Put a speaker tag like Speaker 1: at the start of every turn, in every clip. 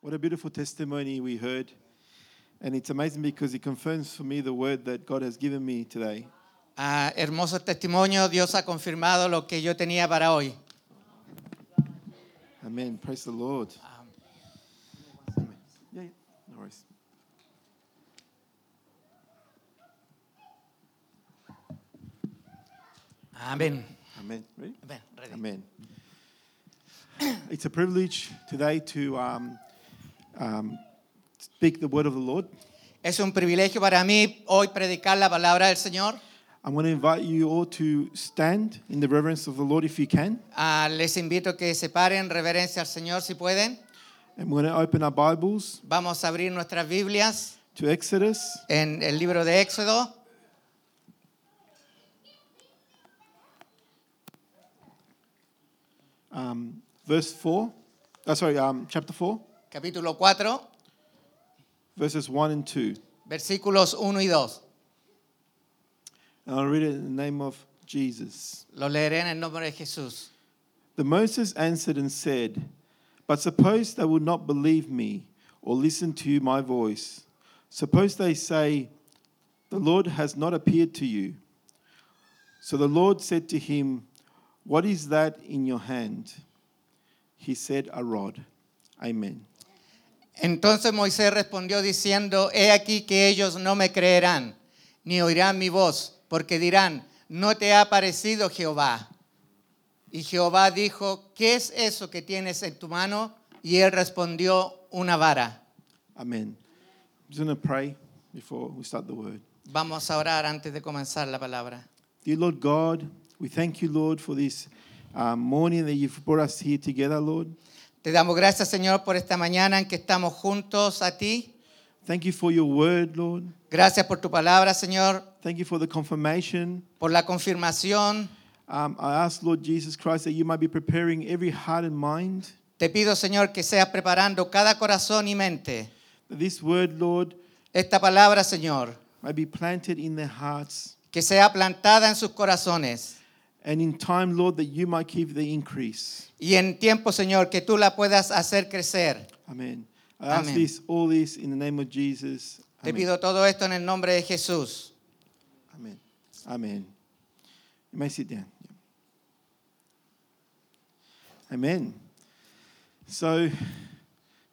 Speaker 1: What a beautiful testimony we heard. And it's amazing because it confirms for me the word that God has given me today.
Speaker 2: Ah, hermoso testimonio, Dios ha confirmado lo que yo tenía para hoy.
Speaker 1: Amen. Praise the Lord.
Speaker 2: Am-
Speaker 1: Amen. Yeah, yeah. No worries.
Speaker 2: Amén.
Speaker 1: Amen. Ready?
Speaker 2: Amén. Ready.
Speaker 1: Amen. It's a privilege today to um, um, speak the word of the Lord.
Speaker 2: Es un privilegio para mí hoy predicar la palabra del Señor.
Speaker 1: I'm going to invite you all to stand in the reverence of the Lord if you can.
Speaker 2: Ah, les invito a que se paren, reverencia al Señor si pueden.
Speaker 1: And we're going to open our Bibles
Speaker 2: Vamos a abrir nuestras Biblias
Speaker 1: to Exodus
Speaker 2: en el libro de Éxodo.
Speaker 1: um, verse 4, oh, sorry, um, chapter 4,
Speaker 2: capítulo 4,
Speaker 1: verses 1 and 2.
Speaker 2: versículos 1 y 2.
Speaker 1: And I'll read it in the name of Jesus.
Speaker 2: Lo leeré en el nombre de Jesús.
Speaker 1: The Moses answered and said, But suppose they will not believe me or listen to my voice. Suppose they say, The Lord has not appeared to you. So the Lord said to him, What is that in your hand? He said, A rod. Amen.
Speaker 2: Entonces Moisés respondió diciendo, He aquí que ellos no me creerán, ni oirán mi voz, porque dirán, No te ha parecido Jehová. Y Jehová dijo, ¿qué es eso que tienes en tu mano? Y él respondió, una vara.
Speaker 1: Amen. I'm just going to pray before we start the word.
Speaker 2: Vamos a orar antes de comenzar la palabra.
Speaker 1: Dear Lord God, we thank you, Lord, for this uh, morning that you've brought us here together, Lord.
Speaker 2: Te damos gracias, Señor, por esta mañana en que estamos juntos a ti.
Speaker 1: Thank you for your word, Lord.
Speaker 2: Gracias por tu palabra, Señor,
Speaker 1: Thank you for the confirmation.
Speaker 2: por la confirmación.
Speaker 1: Um, I ask, Lord Jesus Christ, that you might be preparing every heart and mind.
Speaker 2: Te pido, Señor, que seas preparando cada corazón y mente.
Speaker 1: That this word, Lord,
Speaker 2: Esta palabra, Señor,
Speaker 1: might be planted in their hearts.
Speaker 2: que sea plantada en sus corazones.
Speaker 1: And in time, Lord, that you might keep the increase.
Speaker 2: Y en tiempo, Señor, que tú la puedas hacer crecer.
Speaker 1: Amen. I ask
Speaker 2: Amen.
Speaker 1: this, all this, in the name of Jesus.
Speaker 2: Te
Speaker 1: Amen.
Speaker 2: pido todo esto en el nombre de Jesús.
Speaker 1: Amen. Amen. You may sit down. Yeah. Amen. So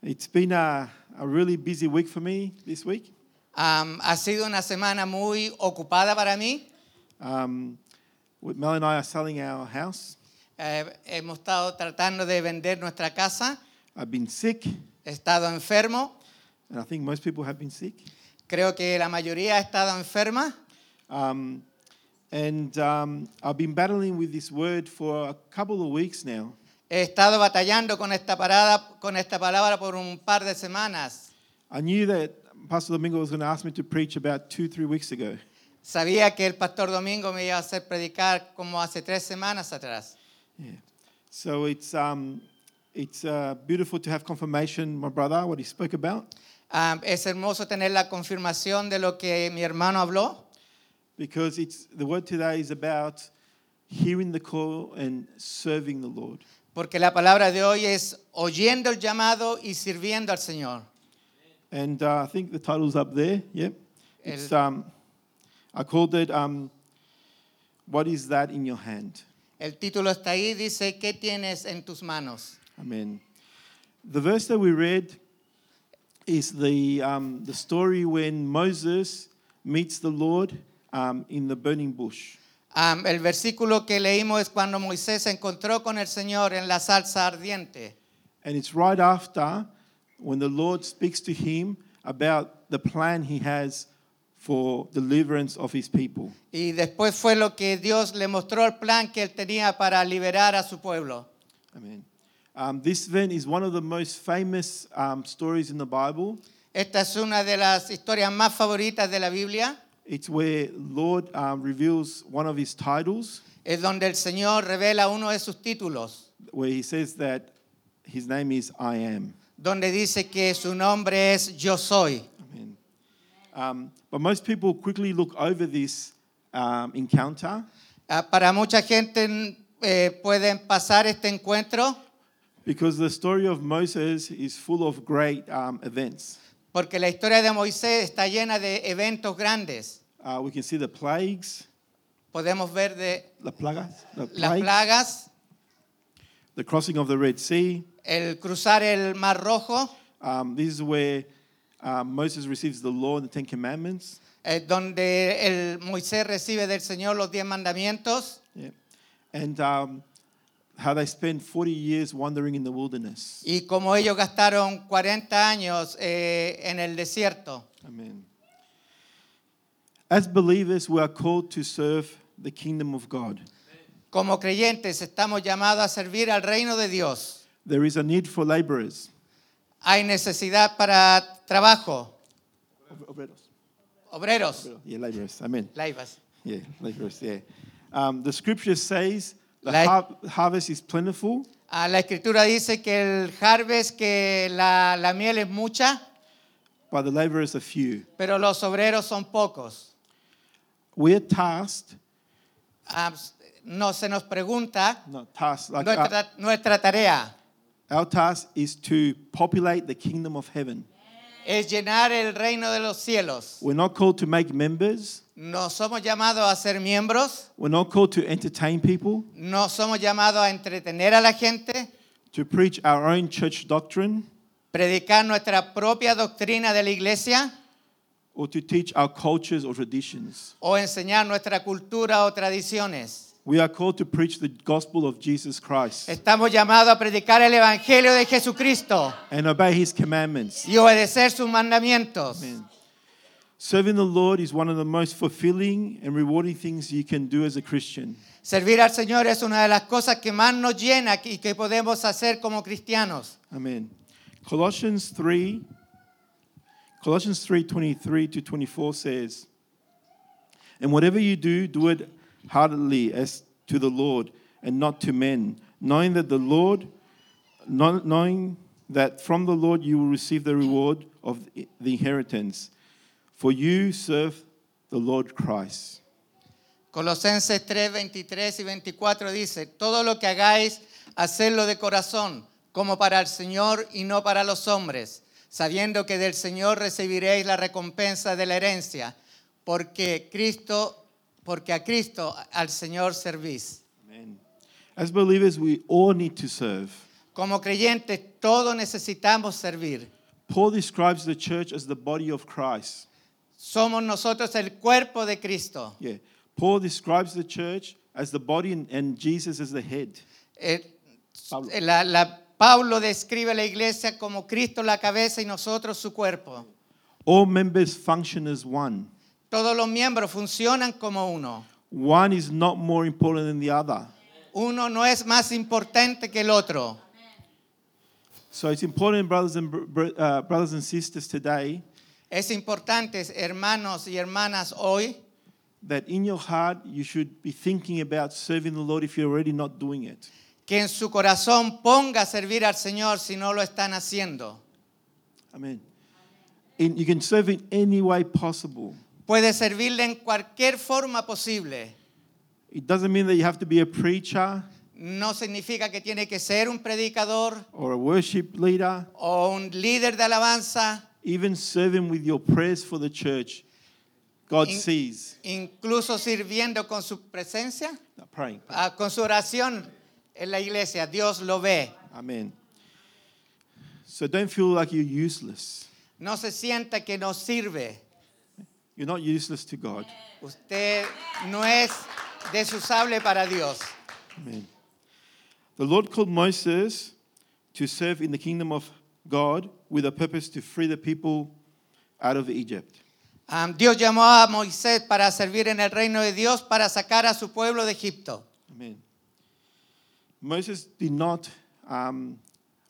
Speaker 1: it's been a, a really busy week for me this week.
Speaker 2: Am, ha sido una semana muy ocupada para mí.
Speaker 1: Um, with- Mel and I are selling our house.
Speaker 2: Eh, hemos estado tratando de vender nuestra casa.
Speaker 1: I've been sick,
Speaker 2: He estado enfermo.
Speaker 1: and I think most people have been sick.
Speaker 2: Creo que la mayoría ha estado enferma.
Speaker 1: Um, and um, I've been battling with this word for a couple of weeks now.
Speaker 2: He estado batallando con esta, parada, con esta palabra por un par de semanas.
Speaker 1: I knew that Pastor Domingo was going to ask me to preach about two, three weeks ago.
Speaker 2: Sabía que el pastor Domingo me iba a hacer predicar como hace tres semanas atrás.
Speaker 1: Yeah. So it's um, it's uh, beautiful to have confirmation, my brother, what he spoke about,
Speaker 2: Ah, es hermoso tener la confirmación de lo que mi hermano habló,
Speaker 1: because it's the word today is about hearing the call and serving the Lord.
Speaker 2: porque la palabra de hoy es oyendo el llamado y sirviendo al Señor.
Speaker 1: And uh, I think the title's up there. Yep. It's um, I called it um, what is that in your hand?
Speaker 2: El título está ahí, dice, ¿qué tienes en tus manos?
Speaker 1: Amen. The verse that we read is the um, the story when Moses meets the Lord um, in the burning bush.
Speaker 2: Ah, el versículo que leímos es cuando Moisés se encontró con el Señor en la salsa ardiente.
Speaker 1: And it's right after when the Lord speaks to him about the plan he has for deliverance of his people.
Speaker 2: Y después fue lo que Dios le mostró el plan que él tenía para liberar a su pueblo.
Speaker 1: Amen. Um, this event is one of the most famous um, stories in the Bible.
Speaker 2: Esta es una de las historias más favoritas de la Biblia.
Speaker 1: It's where Lord um, reveals one of his titles,
Speaker 2: Es donde el Señor revela uno de sus títulos,
Speaker 1: where he says that his name is I Am.
Speaker 2: donde dice que su nombre es Yo Soy.
Speaker 1: Amen. Um, but most people quickly look over this um, encounter
Speaker 2: Ah, Para mucha gente mm, eh, pueden pasar este encuentro
Speaker 1: Because the story of Moses is full of great um, events.
Speaker 2: Porque la historia de Moisés está llena de eventos grandes.
Speaker 1: Uh, we can see the plagues,
Speaker 2: Podemos ver de
Speaker 1: the plagas, the,
Speaker 2: las
Speaker 1: plagues,
Speaker 2: plagas,
Speaker 1: the crossing of the Red Sea.
Speaker 2: el cruzar el Mar Rojo,
Speaker 1: Um, this is where uh, Moses receives the law and the Ten Commandments.
Speaker 2: eh, donde el Moisés recibe del Señor los diez mandamientos
Speaker 1: Yeah. And um, how they spend 40 years wandering in the wilderness.
Speaker 2: y como ellos gastaron 40 años eh, en el desierto.
Speaker 1: Amen. As believers, we are called to serve the kingdom of God.
Speaker 2: Como creyentes estamos llamados a servir al reino de Dios.
Speaker 1: There is a need for laborers.
Speaker 2: Hay necesidad para trabajo, obreros.
Speaker 1: Yeah, laborers. Amen.
Speaker 2: Laivas.
Speaker 1: Yeah, laborers. Yeah. Um, the scripture says the
Speaker 2: La-
Speaker 1: har- harvest is plentiful,
Speaker 2: Ah, la escritura dice que el harvest, que la, la miel es mucha,
Speaker 1: but the laborers are few.
Speaker 2: pero los obreros son pocos.
Speaker 1: We're tasked,
Speaker 2: Ah, no se nos pregunta
Speaker 1: not tasked, like our-
Speaker 2: nuestra, nuestra tarea
Speaker 1: our task is to populate the kingdom of heaven.
Speaker 2: es llenar el reino de los cielos.
Speaker 1: We're not called to make members.
Speaker 2: No somos llamados a ser miembros,
Speaker 1: We're not called to entertain people,
Speaker 2: no somos llamados a entretener a la gente,
Speaker 1: to preach our own church doctrine,
Speaker 2: predicar nuestra propia doctrina de la iglesia
Speaker 1: or to teach our cultures or traditions.
Speaker 2: o enseñar nuestra cultura o tradiciones.
Speaker 1: We are called to preach the gospel of Jesus Christ
Speaker 2: Estamos llamados a predicar el evangelio de Jesucristo
Speaker 1: and obey his commandments.
Speaker 2: y obedecer sus mandamientos.
Speaker 1: Amen. Serving the Lord is one of the most fulfilling and rewarding things you can do as a Christian.
Speaker 2: Servir al Señor es una de las cosas que más nos llena y que podemos hacer como cristianos.
Speaker 1: Amen. Colossians 3 Colossians 3:23 to 24 says, "And whatever you do, do it heartily as to the Lord and not to men, knowing that the Lord kno- knowing that from the Lord you will receive the reward of the inheritance, for you serve the Lord Christ."
Speaker 2: Colosenses 3, 23 y 24 dice, todo lo que hagáis, hacedlo de corazón, como para el Señor y no para los hombres, sabiendo que del Señor recibiréis la recompensa de la herencia, porque Cristo, porque a Cristo al Señor servís.
Speaker 1: Amen. As believers, we all need to serve.
Speaker 2: Como creyentes, todos necesitamos servir.
Speaker 1: Paul describes the church as the body of Christ.
Speaker 2: Somos nosotros el cuerpo de Cristo.
Speaker 1: Yeah. Paul describes the church as the body and, and Jesus as the head.
Speaker 2: Eh,
Speaker 1: Pablo.
Speaker 2: la- la- Pablo describe a la iglesia como Cristo la cabeza y nosotros su cuerpo.
Speaker 1: All members function as one.
Speaker 2: Todos los miembros funcionan como uno.
Speaker 1: One is not more important than the other.
Speaker 2: Uno no es más importante que el otro.
Speaker 1: So it's important, brothers and, br- br- uh, brothers and sisters, today
Speaker 2: Es importante, hermanos y hermanas, hoy
Speaker 1: that in your heart you should be thinking about serving the Lord if you're already not doing it.
Speaker 2: que en su corazón ponga a servir al Señor si no lo están haciendo.
Speaker 1: Amen. In, you can serve in any way possible.
Speaker 2: Puede servirle en cualquier forma posible.
Speaker 1: It doesn't mean that you have to be a preacher
Speaker 2: No significa que tiene que ser un predicador
Speaker 1: or a worship leader,
Speaker 2: o un líder de alabanza.
Speaker 1: even serving with your prayers for the church. God
Speaker 2: In-
Speaker 1: sees.
Speaker 2: incluso sirviendo con su presencia,
Speaker 1: Not praying.
Speaker 2: ah, con su oración en la iglesia, Dios lo ve.
Speaker 1: Amen. So don't feel like you're useless.
Speaker 2: No se sienta que no sirve.
Speaker 1: You're not useless to God.
Speaker 2: Usted no es desusable para Dios.
Speaker 1: Amen. The Lord called Moses to serve in the kingdom of God with a purpose to free the people out of Egypt.
Speaker 2: Ah, Dios llamó a Moisés para servir en el reino de Dios, para sacar a su pueblo de Egipto.
Speaker 1: Amen. Moses did not um,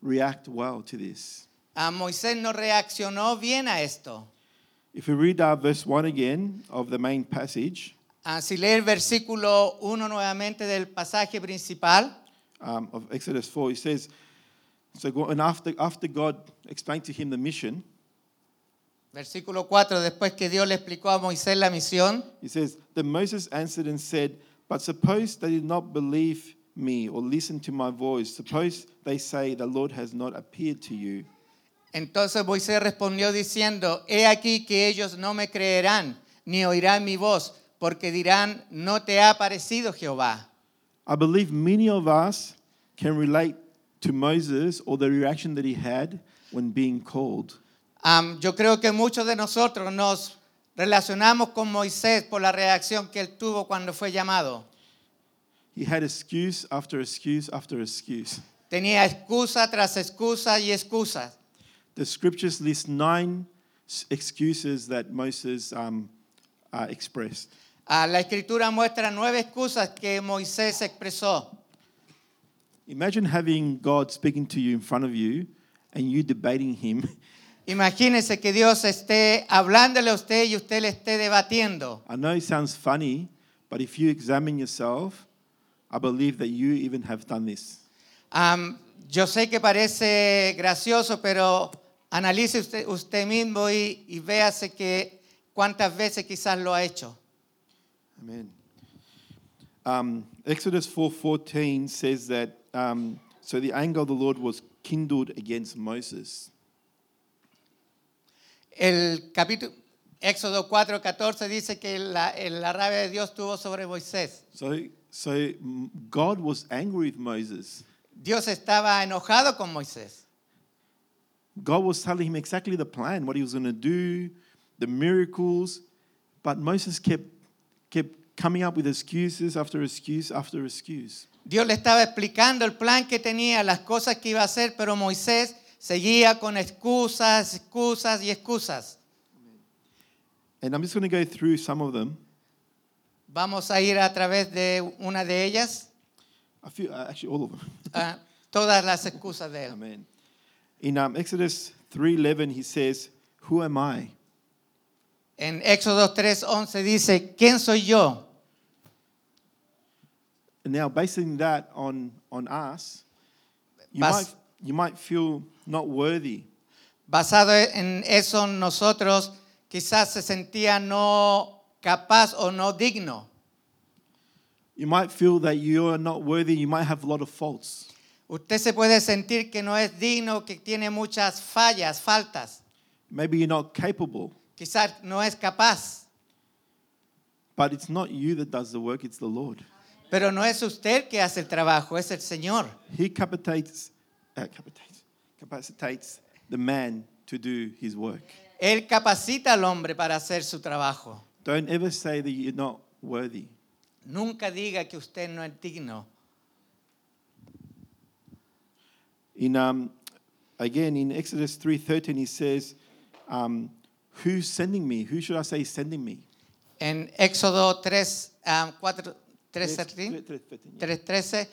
Speaker 1: react well to this.
Speaker 2: Ah, Moisés no reaccionó bien a esto.
Speaker 1: If we read uh, verse 1 again of the main passage
Speaker 2: Ah, si lee el versículo 1 nuevamente del pasaje principal,
Speaker 1: um, of Exodus 4, it says, So, go, and after, after God explained to him the mission,
Speaker 2: versículo 4, después que Dios le explicó a Moisés la misión,
Speaker 1: He says, Then Moses answered and said, But suppose they did not believe me or listen to my voice, suppose they say, The Lord has not appeared to you.
Speaker 2: Entonces Moisés respondió diciendo, he aquí que ellos no me creerán ni oirán mi voz, porque dirán, no te ha parecido Jehová.
Speaker 1: I believe many of us can relate to Moses or the reaction that he had when being called.
Speaker 2: Am, yo creo que muchos de nosotros nos relacionamos con Moisés por la reacción que él tuvo cuando fue llamado.
Speaker 1: He had excuse after excuse after excuse.
Speaker 2: Tenía excusa tras excusa y excusa.
Speaker 1: The scriptures list nine s- excuses that Moses um, uh, expressed.
Speaker 2: Ah, la escritura muestra nueve excusas que Moisés expresó.
Speaker 1: Imagine having God speaking to you in front of you and you debating him
Speaker 2: Imagínese que Dios esté hablándole a usted y usted le esté debatiendo.
Speaker 1: I know it sounds funny, but if you examine yourself, I believe that you even have done this.
Speaker 2: Am, yo sé que parece gracioso, pero analice usted, usted mismo y, y véase que cuántas veces quizás lo ha hecho.
Speaker 1: Amen. Um, Exodus 4:14 says that um, so the anger of the Lord was kindled against Moses.
Speaker 2: El capítulo Éxodo 4:14 dice que la, la rabia de Dios tuvo sobre Moisés.
Speaker 1: So, so mm, God was angry with Moses.
Speaker 2: Dios estaba enojado con Moisés.
Speaker 1: God was telling him exactly the plan, what he was going to do, the miracles, but Moses kept kept coming up with excuses after excuse after excuse.
Speaker 2: Dios le estaba explicando el plan que tenía, las cosas que iba a hacer, pero Moisés seguía con excusas, excusas y excusas.
Speaker 1: And I'm just going to go through some of them.
Speaker 2: Vamos a ir a través de una de ellas,
Speaker 1: A few, uh, actually, all of them.
Speaker 2: ah, todas las excusas de él.
Speaker 1: Amen. In um, Exodus 3:11, he says, "Who am I?"
Speaker 2: En Éxodo 3:11 dice, ¿quién soy yo?
Speaker 1: And now, basing that on on us, you
Speaker 2: Bas-
Speaker 1: might you might feel not worthy.
Speaker 2: Basado en eso nosotros quizás se sentía no capaz o no digno.
Speaker 1: You might feel that you are not worthy. You might have a lot of faults.
Speaker 2: Usted se puede sentir que no es digno, que tiene muchas fallas, faltas.
Speaker 1: Maybe you're not capable.
Speaker 2: Quizás no es capaz.
Speaker 1: But it's not you that does the work. It's the Lord.
Speaker 2: Pero no es usted que hace el trabajo, es el Señor.
Speaker 1: He capacitates, uh, capacitates, capacitates the man to do his work.
Speaker 2: Él capacita al hombre para hacer su trabajo.
Speaker 1: Don't ever say that you're not worthy.
Speaker 2: Nunca diga que usted no es digno.
Speaker 1: In um, again in Exodus three thirteen, he says, um, "Who's sending me? Who should I say is sending me?"
Speaker 2: En Éxodo 3, ah, 4, 3, 13,
Speaker 1: 13, yeah.
Speaker 2: 3, 13,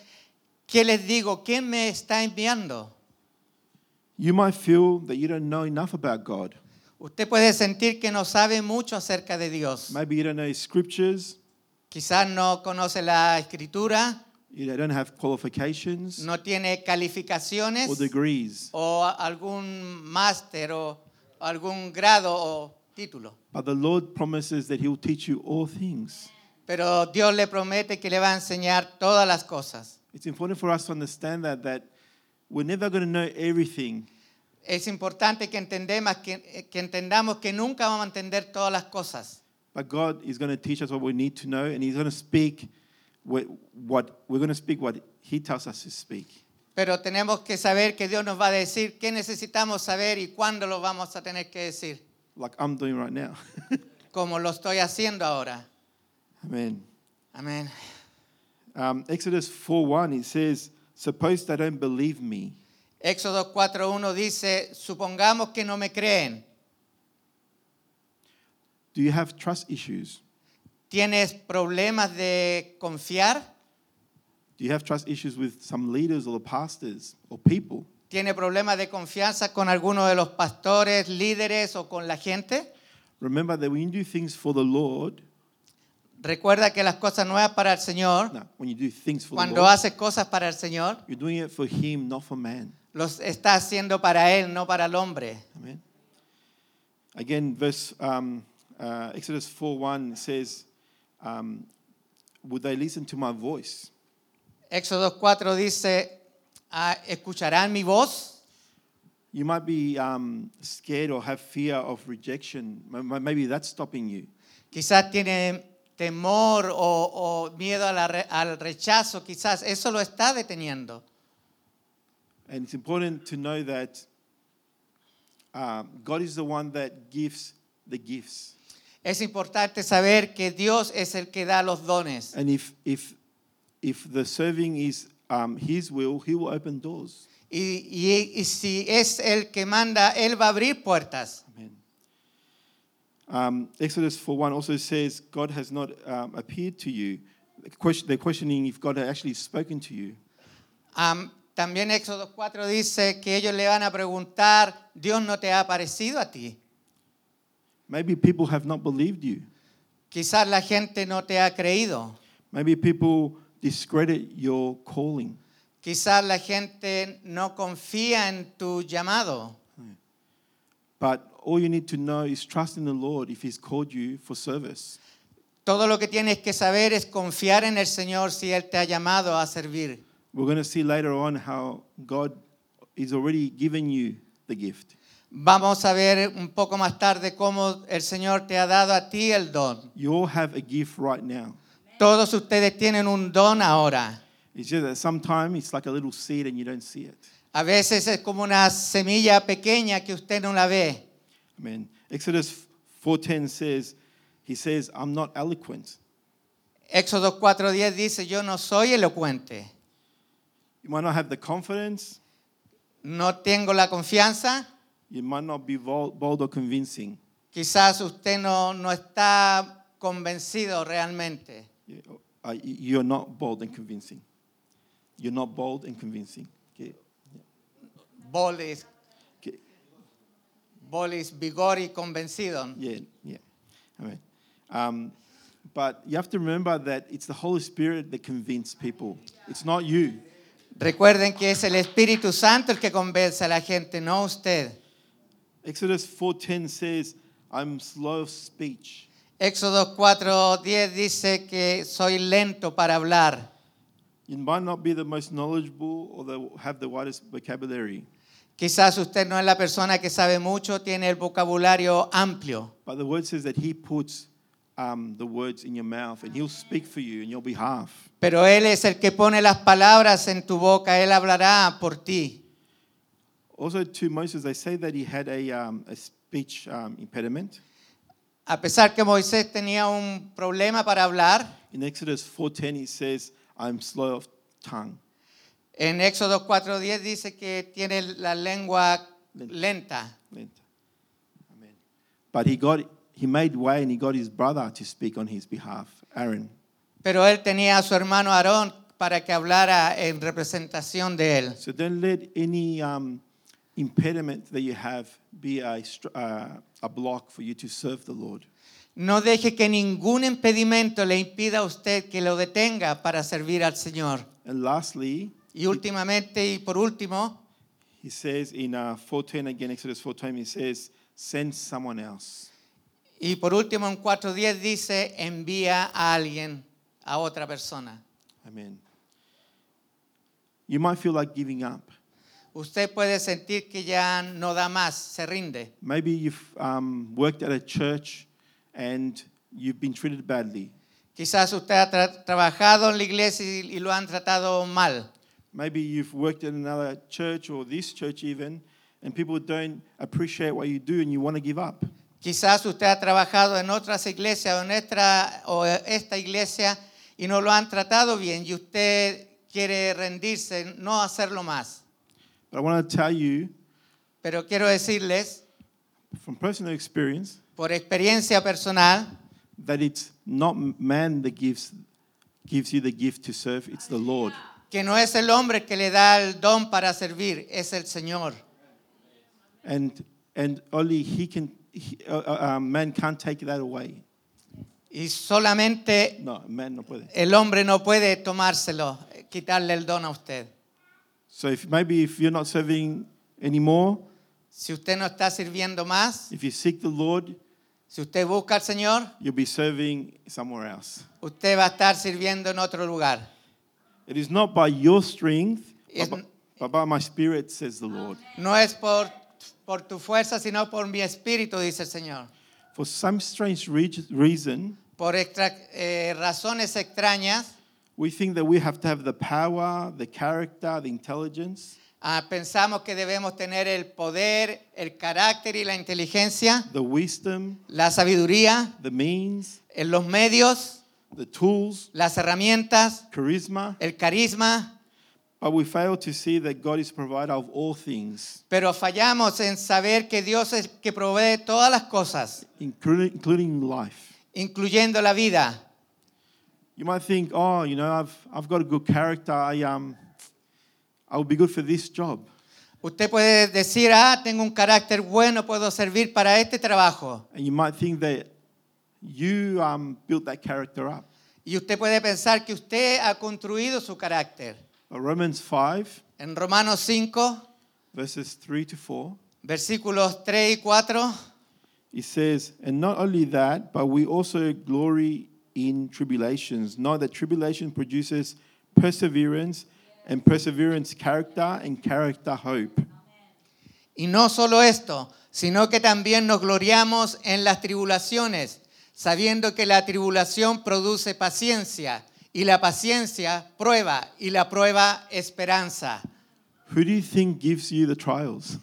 Speaker 2: ¿qué les digo? ¿Quién me está enviando?
Speaker 1: You might feel that you don't know enough about God.
Speaker 2: Usted puede sentir que no sabe mucho acerca de Dios.
Speaker 1: Maybe you don't know His scriptures.
Speaker 2: Quizás no conoce la escritura,
Speaker 1: You don't have qualifications
Speaker 2: no tiene calificaciones
Speaker 1: or degrees.
Speaker 2: o algún máster o algún grado o título.
Speaker 1: But the Lord promises that He will teach you all things.
Speaker 2: Pero Dios le promete que le va a enseñar todas las cosas.
Speaker 1: It's important for us to understand that that we're never going to know everything.
Speaker 2: Es importante que entendemos que, que entendamos que nunca vamos a entender todas las cosas.
Speaker 1: But God is going to teach us what we need to know, and He's going to speak what, what we're going to speak what He tells us to speak.
Speaker 2: Pero tenemos que saber que Dios nos va a decir qué necesitamos saber y cuándo lo vamos a tener que decir,
Speaker 1: Like I'm doing right now.
Speaker 2: como lo estoy haciendo ahora.
Speaker 1: Amen.
Speaker 2: Amén.
Speaker 1: Um, Exodus 4:1 it says, "Suppose they don't believe me."
Speaker 2: Éxodo 4.1 dice, supongamos que no me creen,
Speaker 1: Do you have trust issues?
Speaker 2: ¿tienes problemas de confiar?
Speaker 1: Do you have trust issues with some leaders or the pastors or people?
Speaker 2: ¿Tiene problemas de confianza con alguno de los pastores, líderes o con la gente?
Speaker 1: Remember that when you do things for the Lord,
Speaker 2: Recuerda que las cosas nuevas para el Señor,
Speaker 1: no, when you do things for the
Speaker 2: cuando
Speaker 1: Lord,
Speaker 2: haces cosas para el Señor,
Speaker 1: you're doing it for Him, not for man.
Speaker 2: los está haciendo para Él, no para el hombre.
Speaker 1: Amen. Again, verse um, uh, Exodus 4:1 says, um, "Would they listen to my voice?"
Speaker 2: Eh, Éxodo 4 dice, "Ah, ¿escucharán mi voz?
Speaker 1: You might be um, scared or have fear of rejection. M- m- Maybe that's stopping you.
Speaker 2: Quizás tiene temor o, o miedo a la re- al rechazo, quizás eso lo está deteniendo.
Speaker 1: And it's important to know that um, God is the one that gives the gifts.
Speaker 2: Es importante saber que Dios es el que da los dones.
Speaker 1: And if, if, if the serving is um, His will, He will open doors.
Speaker 2: Y, y- y si es el que manda, Él va a abrir puertas.
Speaker 1: Amen. Um, Exodus 4.1 also says, God has not um, appeared to you. The question- They're questioning if God had actually spoken to you.
Speaker 2: Am, también Éxodo 4 dice que ellos le van a preguntar, Dios no te ha aparecido a ti.
Speaker 1: Maybe people have not believed you.
Speaker 2: Quizás la gente no te ha creído.
Speaker 1: Maybe people discredit your calling.
Speaker 2: Quizás la gente no confía en tu llamado.
Speaker 1: But all you need to know is trust in the Lord if He's called you for service.
Speaker 2: Todo lo que tienes que saber es confiar en el Señor si Él te ha llamado a servir.
Speaker 1: We're going to see later on how God is already given you the gift.
Speaker 2: Vamos a ver un poco más tarde cómo el Señor te ha dado a ti el don.
Speaker 1: You all have a gift right now.
Speaker 2: Todos ustedes tienen un don ahora.
Speaker 1: It's just that sometimes it's like a little seed and you don't see it.
Speaker 2: A veces es como una semilla pequeña que usted no la ve.
Speaker 1: Amen. Exodus 4:10 says, He says, "I'm not eloquent."
Speaker 2: Éxodo 4:10 dice, yo no soy elocuente,
Speaker 1: You might not have the confidence.
Speaker 2: no tengo la confianza,
Speaker 1: You might not be vol- bold or convincing.
Speaker 2: quizás usted no, no está convencido realmente.
Speaker 1: You- uh, You're not bold and convincing. You're not bold and convincing. Okay.
Speaker 2: Bolis,
Speaker 1: Okay.
Speaker 2: bolis, vigor y convencido.
Speaker 1: Yeah, yeah. Amen. Um, but you have to remember that it's the Holy Spirit that convinces people. It's not you.
Speaker 2: Recuerden que es el Espíritu Santo el que convence a la gente, no usted.
Speaker 1: Exodus 4:10 says, "I'm slow of speech."
Speaker 2: Éxodo 4:10 dice que soy lento para hablar.
Speaker 1: You might not be the most knowledgeable or the, have the widest vocabulary,
Speaker 2: Quizás usted no es la persona que sabe mucho, tiene el vocabulario amplio,
Speaker 1: but the word says that He puts um, the words in your mouth and He'll speak for you in your behalf.
Speaker 2: pero Él es el que pone las palabras en tu boca, Él hablará por ti.
Speaker 1: Also, to Moses, they say that he had a, um, a speech um, impediment.
Speaker 2: A pesar que Moisés tenía un problema para hablar,
Speaker 1: In Exodus 4:10, he says, "I'm slow of tongue."
Speaker 2: en Éxodo 4:10 dice que tiene la lengua
Speaker 1: Lenta.
Speaker 2: lenta,
Speaker 1: Lenta. Amen. But he got he made way and he got his brother to speak on his behalf, Aaron.
Speaker 2: pero Él tenía a su hermano Aarón para que hablara en representación de Él.
Speaker 1: So don't let any um, impediment that you have be a, str- uh, a block for you to serve the Lord.
Speaker 2: No deje que ningún impedimento le impida a usted que lo detenga para servir al Señor.
Speaker 1: And lastly,
Speaker 2: Y últimamente y por último,
Speaker 1: he says in uh, 4:10 again, Exodus 4:10, he says, "Send someone else."
Speaker 2: Y por último, en 4.10 dice, envía a alguien, a otra persona.
Speaker 1: Amen. You might feel like giving up.
Speaker 2: Usted puede sentir que ya no da más, se rinde.
Speaker 1: Maybe you've um, worked at a church and you've been treated badly.
Speaker 2: Quizás usted ha tra- trabajado en la iglesia y, y lo han tratado mal.
Speaker 1: Maybe you've worked at another church or this church even, and people don't appreciate what you do and you want to give up.
Speaker 2: Quizás usted ha trabajado en otras iglesias o en esta, o esta iglesia y no lo han tratado bien y usted quiere rendirse, no hacerlo más.
Speaker 1: But I want to tell you
Speaker 2: Pero quiero decirles,
Speaker 1: from personal experience
Speaker 2: por experiencia personal,
Speaker 1: that it's not man that gives, gives you the gift to serve, it's the Lord.
Speaker 2: que no es el hombre el que le da el don para servir, es el Señor.
Speaker 1: And, and only he can, he, uh, uh, uh, man can't take that away.
Speaker 2: Y solamente
Speaker 1: No, man no puede.
Speaker 2: el hombre no puede tomárselo, eh, quitarle el don a usted.
Speaker 1: So if, maybe if you're not serving anymore,
Speaker 2: Si usted no está sirviendo más,
Speaker 1: if you seek the Lord,
Speaker 2: si usted busca al Señor,
Speaker 1: you'll be serving somewhere else.
Speaker 2: usted va a estar sirviendo en otro lugar.
Speaker 1: It is not by your strength, but
Speaker 2: Es-
Speaker 1: by, but by my spirit, says the Lord.
Speaker 2: No es por, por tu fuerza, sino por mi espíritu, dice el Señor.
Speaker 1: For some strange re- reason,
Speaker 2: Por extra- eh, razones extrañas,
Speaker 1: we think that we have to have the power, the character, the intelligence,
Speaker 2: ah, pensamos que debemos tener el poder, el carácter y la inteligencia,
Speaker 1: the wisdom,
Speaker 2: la sabiduría,
Speaker 1: the means,
Speaker 2: en los medios,
Speaker 1: the tools,
Speaker 2: las herramientas,
Speaker 1: charisma,
Speaker 2: el carisma,
Speaker 1: but we fail to see that God is provider of all things,
Speaker 2: pero fallamos en saber que Dios es el que provee todas las cosas,
Speaker 1: including, including life.
Speaker 2: incluyendo la vida.
Speaker 1: You might think, oh, you know, I've, I've got a good character. I, um, I would be good for this job.
Speaker 2: Usted puede decir, ah, tengo un carácter bueno, puedo servir para este trabajo.
Speaker 1: And you might think that you um, built that character up.
Speaker 2: Y usted puede pensar que usted ha construido su carácter.
Speaker 1: But Romans 5,
Speaker 2: En Romanos 5,
Speaker 1: verses 3 to 4,
Speaker 2: versículos 3 y 4,
Speaker 1: it says, And not only that, but we also glory in tribulations, know that tribulation produces perseverance, and perseverance, character, and character, hope.
Speaker 2: y no solo esto, sino que también nos gloriamos en las tribulaciones, sabiendo que la tribulación produce paciencia, y la paciencia prueba, y la prueba esperanza.
Speaker 1: Who do you think gives you the trials?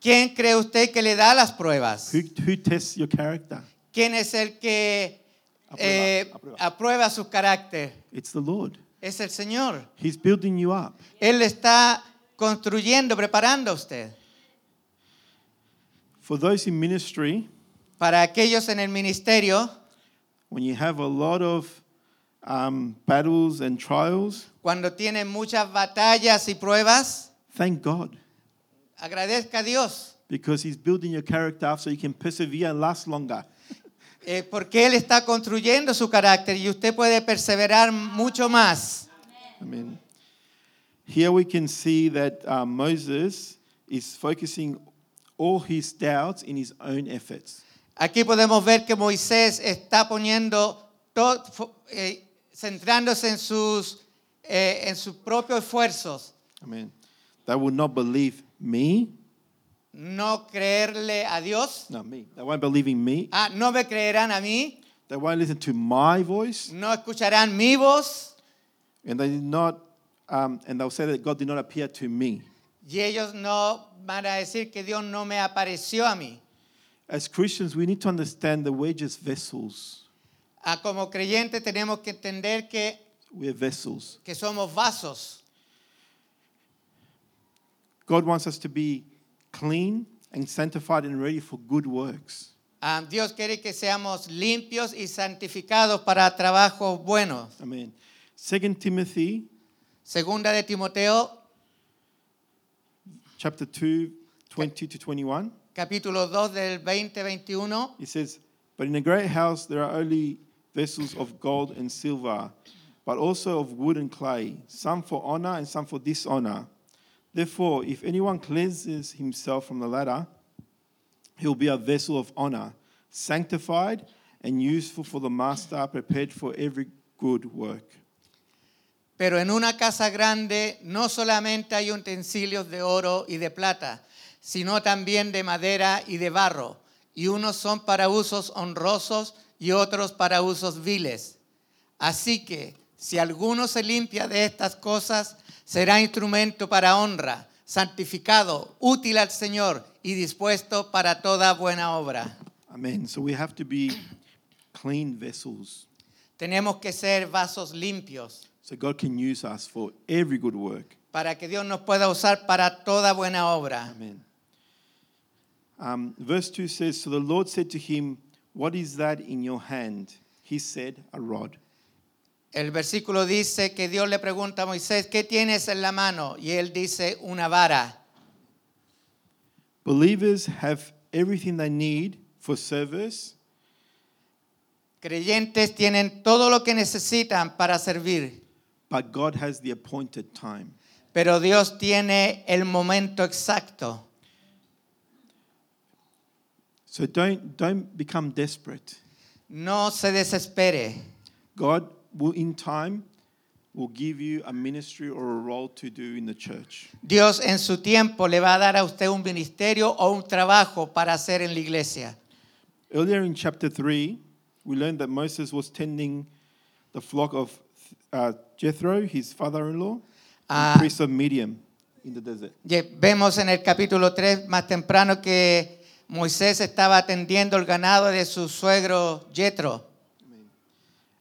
Speaker 2: ¿Quién cree usted que le da las pruebas?
Speaker 1: Who, who tests your character?
Speaker 2: ¿Quién es el que
Speaker 1: Aprueba,
Speaker 2: eh,
Speaker 1: aprueba.
Speaker 2: aprueba su carácter?
Speaker 1: It's the Lord.
Speaker 2: Es el Señor.
Speaker 1: He's building you up.
Speaker 2: Él le está construyendo, preparando a usted.
Speaker 1: For those in ministry,
Speaker 2: Para aquellos en el ministerio,
Speaker 1: when you have a lot of um, battles and trials,
Speaker 2: cuando tienen muchas batallas y pruebas,
Speaker 1: thank God
Speaker 2: agradezca a Dios,
Speaker 1: because He's building your character up so you can persevere and last longer.
Speaker 2: eh, porque Él está construyendo su carácter y usted puede perseverar mucho más.
Speaker 1: Amen. Here we can see that uh, Moses is focusing all his doubts in his own efforts.
Speaker 2: Aquí podemos ver que Moisés está poniendo, to- fo- eh, centrándose en sus, eh, en sus propios esfuerzos,
Speaker 1: Amen. They will not believe me.
Speaker 2: no creerle a Dios.
Speaker 1: No, me. They won't believe in me.
Speaker 2: Ah, no me creerán a mí,
Speaker 1: They won't listen to my voice.
Speaker 2: no escucharán mi voz
Speaker 1: and they did not um, and they'll say that god did not appear to me
Speaker 2: y ellos no van a decir que Dios no me apareció a mí.
Speaker 1: as christians we need to understand that we're just vessels
Speaker 2: Ah, como creyentes tenemos que entender que,
Speaker 1: we're vessels
Speaker 2: que somos vasos.
Speaker 1: god wants us to be clean and sanctified and ready for good works
Speaker 2: Ah, Dios quiere que seamos limpios y santificados para trabajos buenos.
Speaker 1: amen second timothy
Speaker 2: Segunda de Timoteo,
Speaker 1: chapter 2 20 to 21
Speaker 2: capítulo 2 del 20-21.
Speaker 1: it says but in a great house there are only vessels of gold and silver but also of wood and clay some for honor and some for dishonor Therefore, if anyone cleanses himself from the latter, he will be a vessel of honor, sanctified and useful for the master, prepared for every good work.
Speaker 2: Pero en una casa grande no solamente hay utensilios de oro y de plata, sino también de madera y de barro, y unos son para usos honrosos y otros para usos viles. Así que si alguno se limpia de estas cosas, será instrumento para honra, santificado, útil al Señor y dispuesto para toda buena obra.
Speaker 1: Amen. So we have to be clean vessels
Speaker 2: Tenemos que ser vasos limpios
Speaker 1: so God can use us for every good work.
Speaker 2: para que Dios nos pueda usar para toda buena obra.
Speaker 1: Amen. Um, verse 2 says So the Lord said to him, What is that in your hand? He said, A rod.
Speaker 2: El versículo dice que Dios le pregunta a Moisés, ¿qué tienes en la mano? Y él dice, una vara.
Speaker 1: Believers have everything they need for service
Speaker 2: Creyentes tienen todo lo que necesitan para servir,
Speaker 1: But God has the appointed time.
Speaker 2: pero Dios tiene el momento exacto.
Speaker 1: So don't, don't become desperate.
Speaker 2: No se desespere.
Speaker 1: God will, in time, will give you a ministry or a role to do in the church.
Speaker 2: Dios en su tiempo le va a dar a usted un ministerio o un trabajo para hacer en la iglesia.
Speaker 1: Earlier in chapter 3, we learned that Moses was tending the flock of uh, Jethro, his father in law,
Speaker 2: Ah.
Speaker 1: and priest of Midian in the desert.
Speaker 2: Ye- Vemos en el capítulo 3 más temprano que Moisés estaba atendiendo el ganado de su suegro Jetro.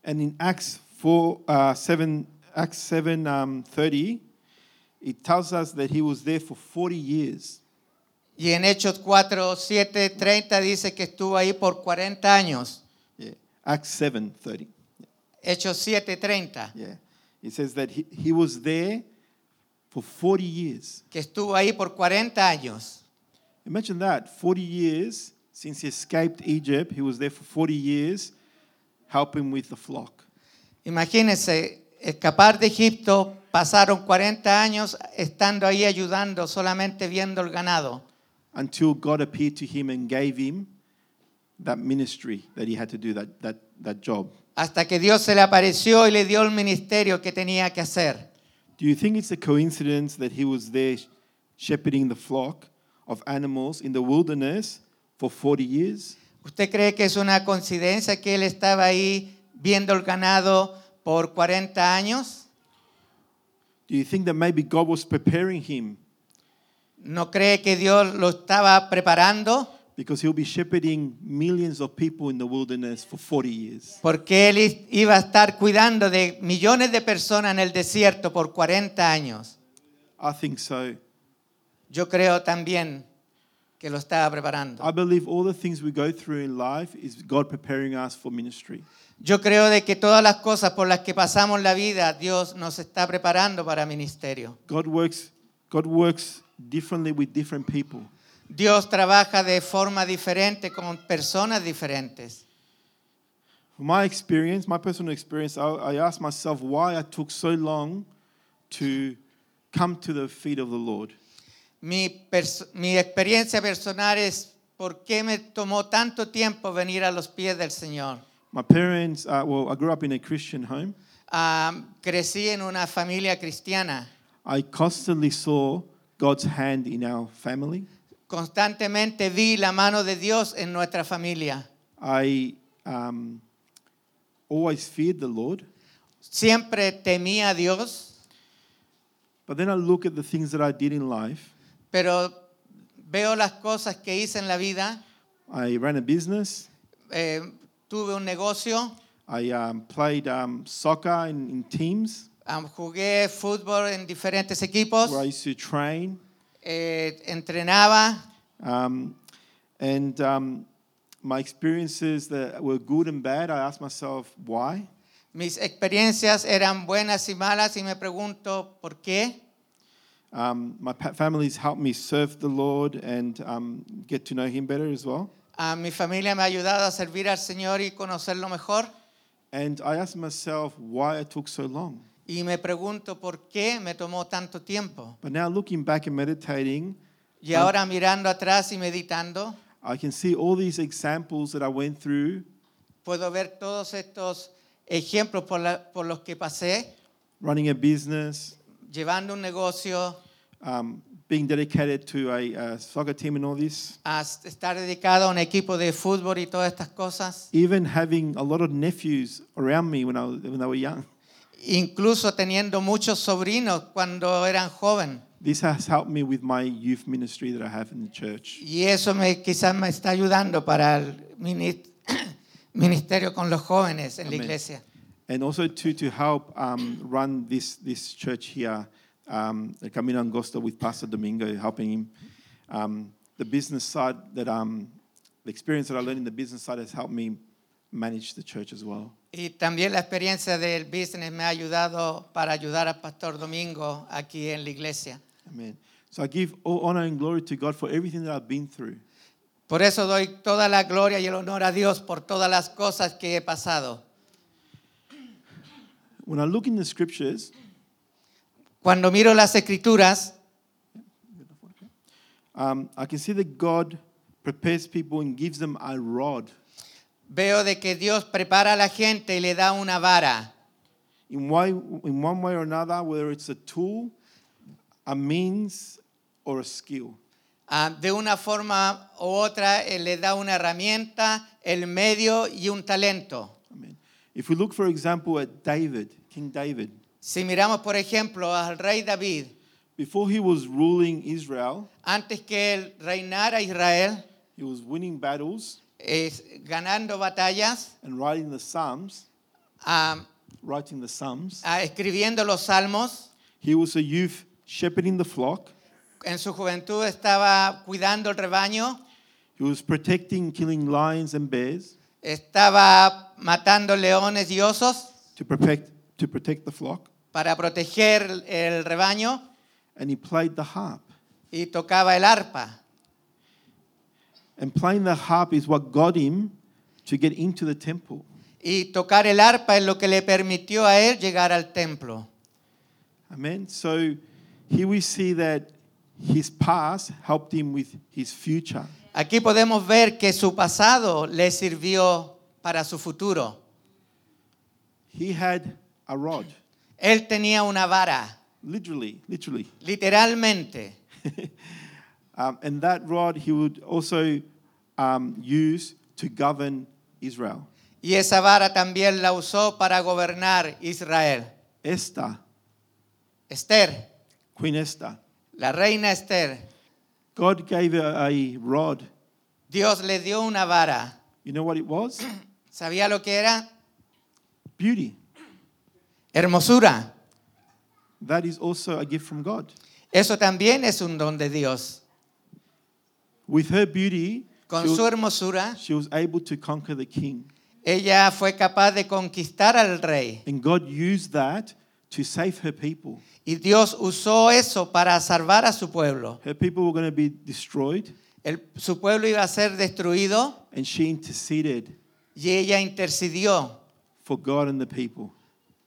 Speaker 1: And in Acts 4, uh, 7, Acts 7 um, 30, it tells us that he was there for 40 years.
Speaker 2: Y en Hechos 4, 7, 30 dice que estuvo ahí por 40 años.
Speaker 1: Yeah. Acts 7 30.
Speaker 2: Hechos 7, 30.
Speaker 1: Yeah. It says that he, he was there for 40 years.
Speaker 2: Que estuvo ahí por 40 años.
Speaker 1: Imagine that 40 years since he escaped Egypt, he was there for 40 years helping with the flock.
Speaker 2: Imagínense, escapar de Egipto, pasaron 40 años estando ahí ayudando, solamente viendo el ganado.
Speaker 1: until God appeared to him and gave him that ministry that he had to do, that, that, that job.
Speaker 2: Hasta que Dios se le apareció y le dio el ministerio que tenía que hacer.
Speaker 1: Do you think it's a coincidence that he was there shepherding the flock of animals in the wilderness for 40 years?
Speaker 2: ¿Usted cree que es una coincidencia que él estaba ahí viendo el ganado por 40 años?
Speaker 1: Do you think that maybe God was preparing him
Speaker 2: ¿No cree que Dios lo estaba preparando?
Speaker 1: because he'll be shepherding millions of people in the wilderness for 40 years?
Speaker 2: Porque él i- iba a estar cuidando de millones de personas en el desierto por 40 años.
Speaker 1: I think so.
Speaker 2: Yo creo también que lo estaba preparando.
Speaker 1: I believe all the things we go through in life is God preparing us for ministry.
Speaker 2: Yo creo de que todas las cosas por las que pasamos la vida, Dios nos está preparando para ministerio.
Speaker 1: God works, God works differently with different people.
Speaker 2: Dios trabaja de forma diferente con personas diferentes.
Speaker 1: From my experience, my personal experience, I, I asked myself why I took so long to come to the feet of the Lord.
Speaker 2: Mi, pers- mi experiencia personal es por qué me tomó tanto tiempo venir a los pies del Señor.
Speaker 1: My parents, uh, well, I grew up in a Christian home.
Speaker 2: Ah, crecí en una familia cristiana.
Speaker 1: I constantly saw God's hand in our family.
Speaker 2: Constantemente vi la mano de Dios en nuestra familia.
Speaker 1: I um, always feared the Lord.
Speaker 2: Siempre temía a Dios,
Speaker 1: But then I look at the things that I did in life.
Speaker 2: pero veo las cosas que hice en la vida.
Speaker 1: I ran a business.
Speaker 2: Eh, tuve un negocio,
Speaker 1: I um, played um, soccer in, in teams
Speaker 2: am- ah, jugué fútbol en diferentes equipos,
Speaker 1: where I used to train.
Speaker 2: eh, entrenaba,
Speaker 1: Um, and um, my experiences that were good and bad, I asked myself why.
Speaker 2: Mis experiencias eran buenas y malas y me pregunto por qué.
Speaker 1: Um, my pa- family's helped me serve the Lord and um, get to know Him better as well.
Speaker 2: A Ah, mi familia me ha ayudado a servir al Señor y conocerlo mejor.
Speaker 1: And I asked myself why it took so long.
Speaker 2: Y me pregunto por qué me tomó tanto tiempo.
Speaker 1: But now, looking back and meditating,
Speaker 2: Y ahora mirando atrás y meditando,
Speaker 1: I can see all these examples that I went through
Speaker 2: puedo ver todos estos ejemplos por, la- por los que pasé,
Speaker 1: running a business,
Speaker 2: llevando un negocio,
Speaker 1: um, being dedicated to a, uh soccer team, and all this.
Speaker 2: a s- estar dedicado a un equipo de fútbol y todas estas cosas.
Speaker 1: Even having a lot of nephews around me when I, was, when I was young.
Speaker 2: Incluso teniendo muchos sobrinos cuando eran jóvenes.
Speaker 1: This has helped me with my youth ministry that I have in the church.
Speaker 2: Y eso me, quizás me está ayudando para el minis- ministerio con los jóvenes en la
Speaker 1: Amén.
Speaker 2: iglesia.
Speaker 1: And also to, to help um, run this, this church here, um, the Camino Angosta with Pastor Domingo, helping him. Um, the business side that um, the experience that I learned in the business side has helped me manage the church as well.
Speaker 2: Y también la experiencia del business me ha ayudado para ayudar al pastor Domingo aquí en la iglesia.
Speaker 1: Amen. So I give all honor and glory to God for everything that I've been through.
Speaker 2: Por eso doy toda la gloria y el honor a Dios por todas las cosas que he pasado.
Speaker 1: When I look in the scriptures,
Speaker 2: Cuando miro las escrituras,
Speaker 1: um, I can see that God prepares people and gives them a rod
Speaker 2: veo de que Dios prepara a la gente y le da una vara.
Speaker 1: in, way, in one way or another, whether it's a tool, a means, or a skill.
Speaker 2: Ah, de una forma u otra, Él le da una herramienta, el medio y un talento.
Speaker 1: Amen. If we look, for example, at David, King David,
Speaker 2: Si miramos, por ejemplo, al rey David,
Speaker 1: before he was ruling Israel,
Speaker 2: antes que él reinara Israel,
Speaker 1: he was winning battles
Speaker 2: es, ganando batallas,
Speaker 1: and writing the Psalms,
Speaker 2: ah,
Speaker 1: writing the Psalms.
Speaker 2: ah, escribiendo los salmos.
Speaker 1: He was a youth shepherding the flock.
Speaker 2: En su juventud estaba cuidando el rebaño,
Speaker 1: He was protecting, killing lions and bears
Speaker 2: estaba matando leones y osos
Speaker 1: to protect, to protect the flock.
Speaker 2: para proteger el rebaño
Speaker 1: And he played the harp.
Speaker 2: y tocaba el arpa.
Speaker 1: And playing the harp is what got him to get into the temple.
Speaker 2: Y tocar el arpa es lo que le permitió a él llegar al templo.
Speaker 1: Amen. So here we see that his past helped him with his future.
Speaker 2: Aquí podemos ver que su pasado le sirvió para su futuro.
Speaker 1: He had a rod,
Speaker 2: Él tenía una vara,
Speaker 1: literally, literally.
Speaker 2: literalmente.
Speaker 1: Um, and that rod he would also um, use to govern Israel.
Speaker 2: Y esa vara también la usó para gobernar Israel.
Speaker 1: Esther,
Speaker 2: Esther,
Speaker 1: Queen Esther,
Speaker 2: la reina Esther,
Speaker 1: God gave her a rod.
Speaker 2: Dios le dio una vara.
Speaker 1: You know what it was?
Speaker 2: ¿Sabía lo que era?
Speaker 1: Beauty.
Speaker 2: Hermosura.
Speaker 1: That is also a gift from God.
Speaker 2: Eso también es un don de Dios.
Speaker 1: With her beauty, she
Speaker 2: Con su
Speaker 1: was,
Speaker 2: hermosura,
Speaker 1: she was able to conquer the king.
Speaker 2: ella fue capaz de conquistar al rey.
Speaker 1: And God used that to save her people.
Speaker 2: Y Dios usó eso para salvar a su pueblo.
Speaker 1: Her people were going to be destroyed,
Speaker 2: El- su pueblo iba a ser destruido
Speaker 1: and she interceded
Speaker 2: y ella intercedió
Speaker 1: for God and the people.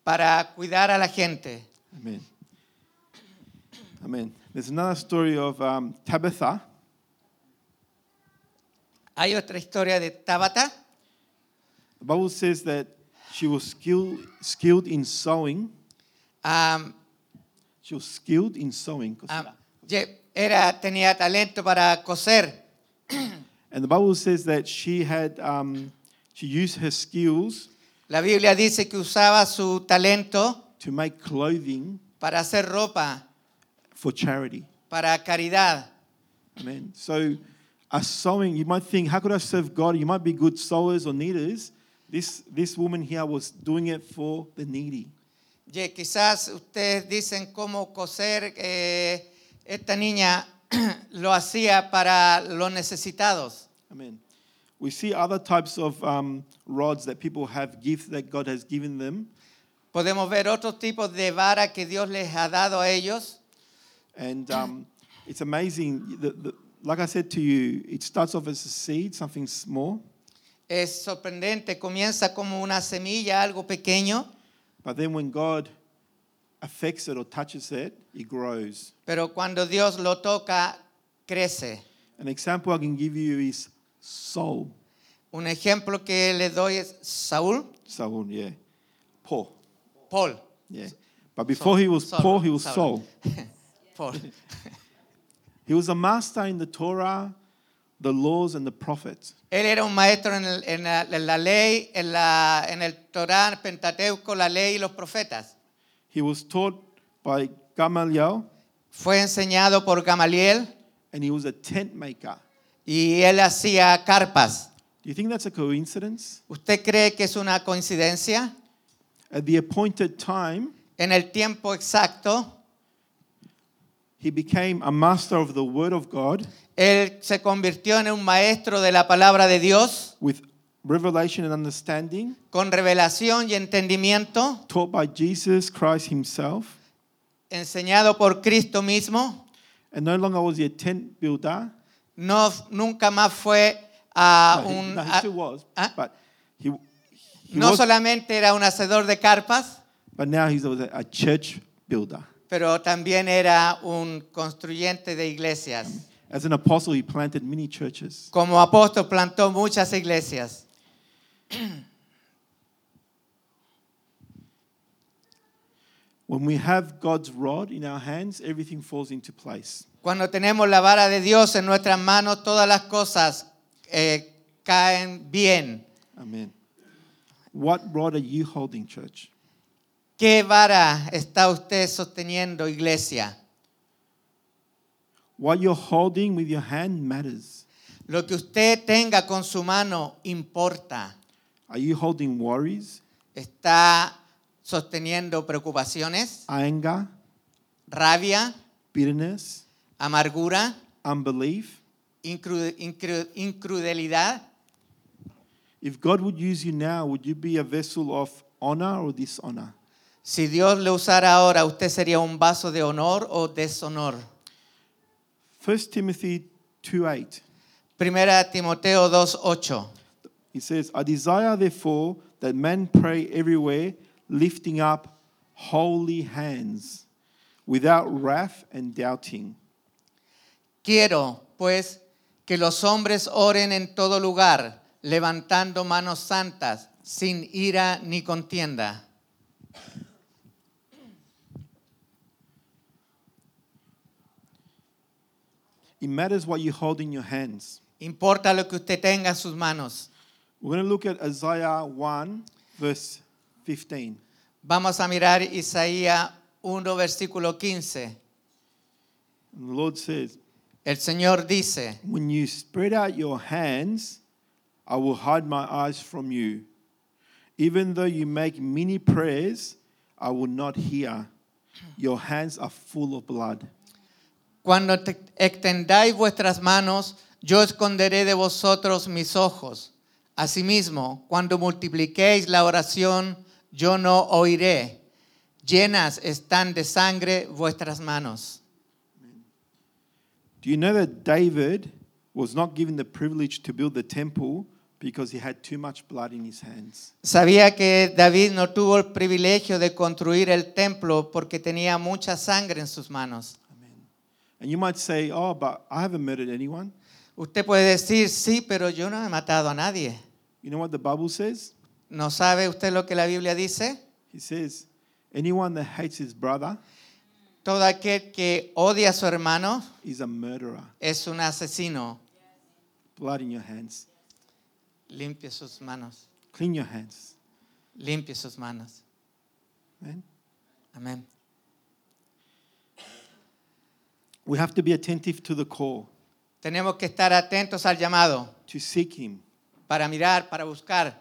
Speaker 2: para cuidar a la gente.
Speaker 1: Amen. Amen. There's another story of um, Tabitha.
Speaker 2: Hay otra historia de Tabata.
Speaker 1: The Bible says that she was skilled, skilled in sewing.
Speaker 2: Am,
Speaker 1: She was skilled in sewing.
Speaker 2: am, ye- era, tenía talento para coser
Speaker 1: And the Bible says that she had, um, she used her skills
Speaker 2: La Biblia dice que usaba su talento
Speaker 1: to make clothing
Speaker 2: para hacer ropa,
Speaker 1: for charity.
Speaker 2: para caridad.
Speaker 1: Amen. So, a sewing, you might think, how could I serve God? You might be good sewers or kneaders. This, this woman here was doing it for the needy.
Speaker 2: Y quizás ustedes dicen cómo coser. eh, esta niña lo hacía para los necesitados.
Speaker 1: Amen. We see other types of um, rods that people have, gifts that God has given them.
Speaker 2: Podemos ver otros tipos de vara que Dios les ha dado a ellos.
Speaker 1: And um, it's amazing. The, the, like I said to you, it starts off as a seed, something small,
Speaker 2: Es sorprendente, comienza como una semilla, algo pequeño,
Speaker 1: but then when God affects it or touches it, it grows.
Speaker 2: pero cuando Dios lo toca, crece.
Speaker 1: An example I can give you is Saul.
Speaker 2: Un ejemplo que le doy es Saúl,
Speaker 1: Saul, yeah. Paul,
Speaker 2: Paul.
Speaker 1: yeah. But before he was
Speaker 2: Saul,
Speaker 1: Paul, he was
Speaker 2: Saul.
Speaker 1: Saul.
Speaker 2: Paul.
Speaker 1: He was a master in the Torah, the laws, and the prophets.
Speaker 2: Él era un maestro en, el- en la, en la ley, en, la, en el Torán, el Pentateuco, la ley y los profetas.
Speaker 1: He was taught by Gamaliel,
Speaker 2: Fue enseñado por Gamaliel
Speaker 1: and he was a tent maker.
Speaker 2: y él hacía carpas.
Speaker 1: Do you think that's a coincidence?
Speaker 2: ¿Usted cree que es una coincidencia?
Speaker 1: At the appointed time,
Speaker 2: En el tiempo exacto,
Speaker 1: he became a master of the Word of God
Speaker 2: él se convirtió en un maestro de la palabra de Dios
Speaker 1: with revelation and understanding,
Speaker 2: con revelación y entendimiento,
Speaker 1: taught by Jesus Christ himself.
Speaker 2: enseñado por Cristo mismo.
Speaker 1: And no longer was he a tent builder.
Speaker 2: No, nunca más fue a
Speaker 1: No, he-
Speaker 2: un...
Speaker 1: no, he
Speaker 2: a-
Speaker 1: still was,
Speaker 2: ah.
Speaker 1: but he, he
Speaker 2: no
Speaker 1: was,
Speaker 2: solamente era un hacedor de carpas,
Speaker 1: but now he's a, a church builder.
Speaker 2: pero también era un construyente de iglesias.
Speaker 1: As an apostle, he planted many churches.
Speaker 2: Como apóstol plantó muchas iglesias.
Speaker 1: When we have God's rod in our hands, everything falls into place.
Speaker 2: Cuando tenemos la vara de Dios en nuestras manos, todas las cosas eh, caen bien.
Speaker 1: Amen. What rod are you holding, church?
Speaker 2: ¿Qué vara está usted sosteniendo, iglesia?
Speaker 1: What you're holding with your hand matters.
Speaker 2: Lo que usted tenga con su mano importa.
Speaker 1: Are you holding worries,
Speaker 2: ¿Está sosteniendo preocupaciones,
Speaker 1: anger,
Speaker 2: rabia,
Speaker 1: bitterness,
Speaker 2: amargura,
Speaker 1: unbelief?
Speaker 2: incru- incru- incrudelidad?
Speaker 1: If God would use you now, would you be a vessel of honor or dishonor?
Speaker 2: Si Dios le usara ahora, ¿usted sería un vaso de honor o deshonor?
Speaker 1: 1 Timothy 2:8.
Speaker 2: Primera Timoteo 2.8.
Speaker 1: He says, "I desire therefore that men pray everywhere, lifting up holy hands, without wrath and doubting."
Speaker 2: Quiero, pues, que los hombres oren en todo lugar, levantando manos santas, sin ira ni contienda.
Speaker 1: It matters what you hold in your hands.
Speaker 2: Importa lo que usted tenga en sus manos.
Speaker 1: We're going to look at Isaiah 1 verse 15.
Speaker 2: Vamos a mirar Isaías 1, versículo 15.
Speaker 1: And the Lord says,
Speaker 2: El Señor dice,
Speaker 1: When you spread out your hands, I will hide my eyes from you. Even though you make many prayers, I will not hear. Your hands are full of blood.
Speaker 2: Cuando te- extendáis vuestras manos, yo esconderé de vosotros mis ojos. Asimismo, cuando multipliquéis la oración, yo no oiré. Llenas están de sangre vuestras manos.
Speaker 1: Do you know that David was not given the privilege to build the temple because he had too much blood in his hands?
Speaker 2: Sabía que David no tuvo el privilegio de construir el templo porque tenía mucha sangre en sus manos.
Speaker 1: And you might say, Oh, but I haven't murdered anyone.
Speaker 2: Usted puede decir, sí, pero yo no he matado a nadie.
Speaker 1: You know what the Bible says?
Speaker 2: ¿No sabe usted lo que la Biblia dice?
Speaker 1: He says, Anyone that hates his brother
Speaker 2: Todo aquel que odia a su hermano
Speaker 1: is a murderer.
Speaker 2: es un asesino.
Speaker 1: Blood in your hands.
Speaker 2: Limpie sus manos.
Speaker 1: Clean your hands.
Speaker 2: Limpie sus manos.
Speaker 1: Amen.
Speaker 2: Amén.
Speaker 1: We have to be attentive to the call,
Speaker 2: Tenemos que estar atentos al llamado
Speaker 1: to seek Him.
Speaker 2: para mirar, para buscar.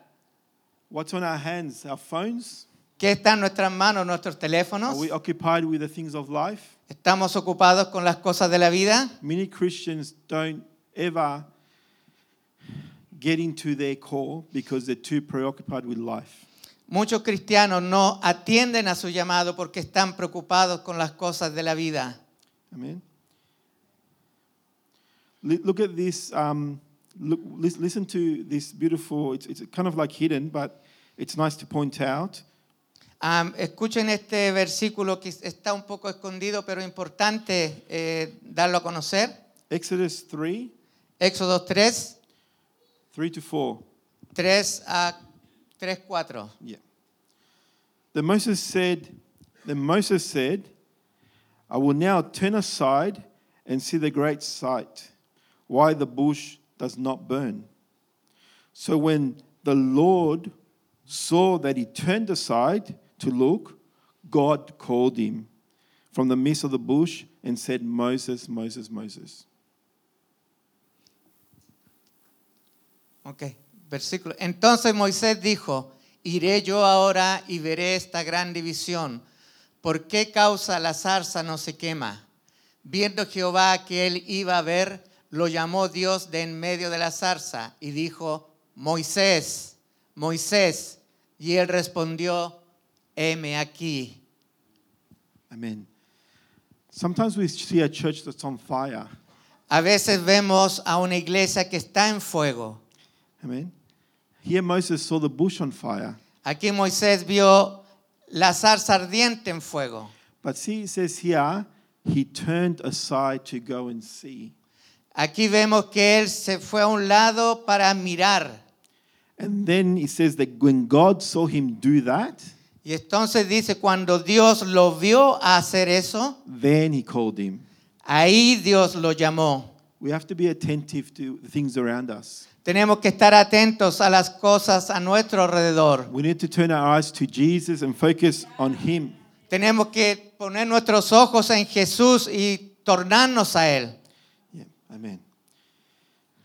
Speaker 1: What's on our hands? Our phones?
Speaker 2: ¿Qué está en nuestras manos, nuestros teléfonos?
Speaker 1: Are we occupied with the things of life?
Speaker 2: ¿Estamos ocupados con las cosas de la vida?
Speaker 1: Many Christians don't ever get into their call because they're too preoccupied with life.
Speaker 2: Muchos cristianos no atienden a su llamado porque están preocupados con las cosas de la vida.
Speaker 1: Amen. L- Look at this. Um, look, lis- listen to this beautiful. It's, it's kind of like hidden, but it's nice to point out.
Speaker 2: Am, escuchen este versículo que está un poco escondido, pero importante eh, darlo a conocer.
Speaker 1: Exodus 3
Speaker 2: Éxodo 3,
Speaker 1: 3 to 4.
Speaker 2: 3 a 3, 4.
Speaker 1: Yeah. Then Moses said, then Moses said, I will now turn aside and see the great sight, why the bush does not burn. So when the Lord saw that he turned aside to look, God called him from the midst of the bush and said, Moses, Moses, Moses.
Speaker 2: Ok, versículo. Entonces Moisés dijo, iré yo ahora y veré esta gran división. ¿Por qué causa la zarza no se quema? Viendo Jehová que él iba a ver, lo llamó Dios de en medio de la zarza y dijo, Moisés, Moisés. Y él respondió, heme aquí.
Speaker 1: Amen. Sometimes we see a church that's on fire.
Speaker 2: A veces vemos a una iglesia que está en fuego.
Speaker 1: Amen. Here Moses saw the bush on fire.
Speaker 2: Aquí Moisés vio la zarza ardiente en fuego.
Speaker 1: But see, it says here, he turned aside to go and see.
Speaker 2: Aquí vemos que él se fue a un lado para mirar.
Speaker 1: And then he says that when God saw him do that,
Speaker 2: Y entonces dice, cuando Dios lo vio hacer eso,
Speaker 1: Then he called him.
Speaker 2: ahí Dios lo llamó.
Speaker 1: We have to be attentive to the things around us.
Speaker 2: Tenemos que estar atentos a las cosas a nuestro alrededor.
Speaker 1: We need to turn our eyes to Jesus and focus on him.
Speaker 2: Tenemos que poner nuestros ojos en Jesús y tornarnos a Él.
Speaker 1: Yeah, amen.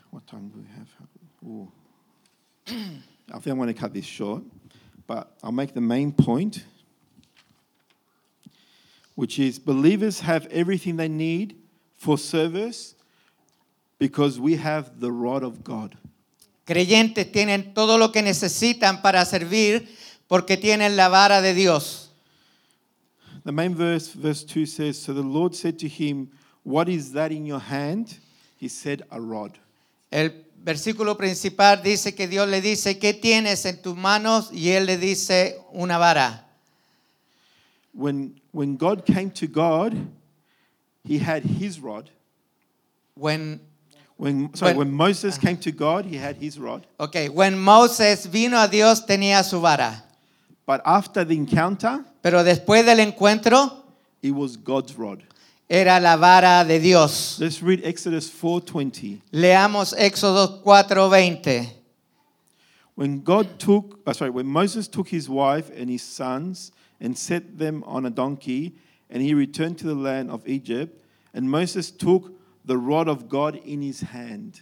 Speaker 1: What time do we have? Ooh. I think I'm going to cut this short, but I'll make the main point, which is believers have everything they need for service because we have the rod of God.
Speaker 2: Creyentes tienen todo lo que necesitan para servir porque tienen la vara de Dios.
Speaker 1: The main verse, verse 2 says, So the Lord said to him, What is that in your hand? He said, A rod.
Speaker 2: El versículo principal dice que Dios le dice, ¿qué tienes en tus manos? Y Él le dice, una vara.
Speaker 1: When, when God came to God, he had his rod.
Speaker 2: When,
Speaker 1: When, sorry,
Speaker 2: When-
Speaker 1: when Moses came to God, he had his rod.
Speaker 2: okay, when Moses vino a Dios tenía su vara,
Speaker 1: But after the encounter,
Speaker 2: pero después del encuentro
Speaker 1: it was God's rod.
Speaker 2: era la vara de Dios.
Speaker 1: Let's read Exodus 4:20.
Speaker 2: Leamos Éxodo 4:20.
Speaker 1: When God took, uh, sorry, when Moses took his wife and his sons and set them on a donkey, and he returned to the land of Egypt, and Moses took the rod of God in his hand.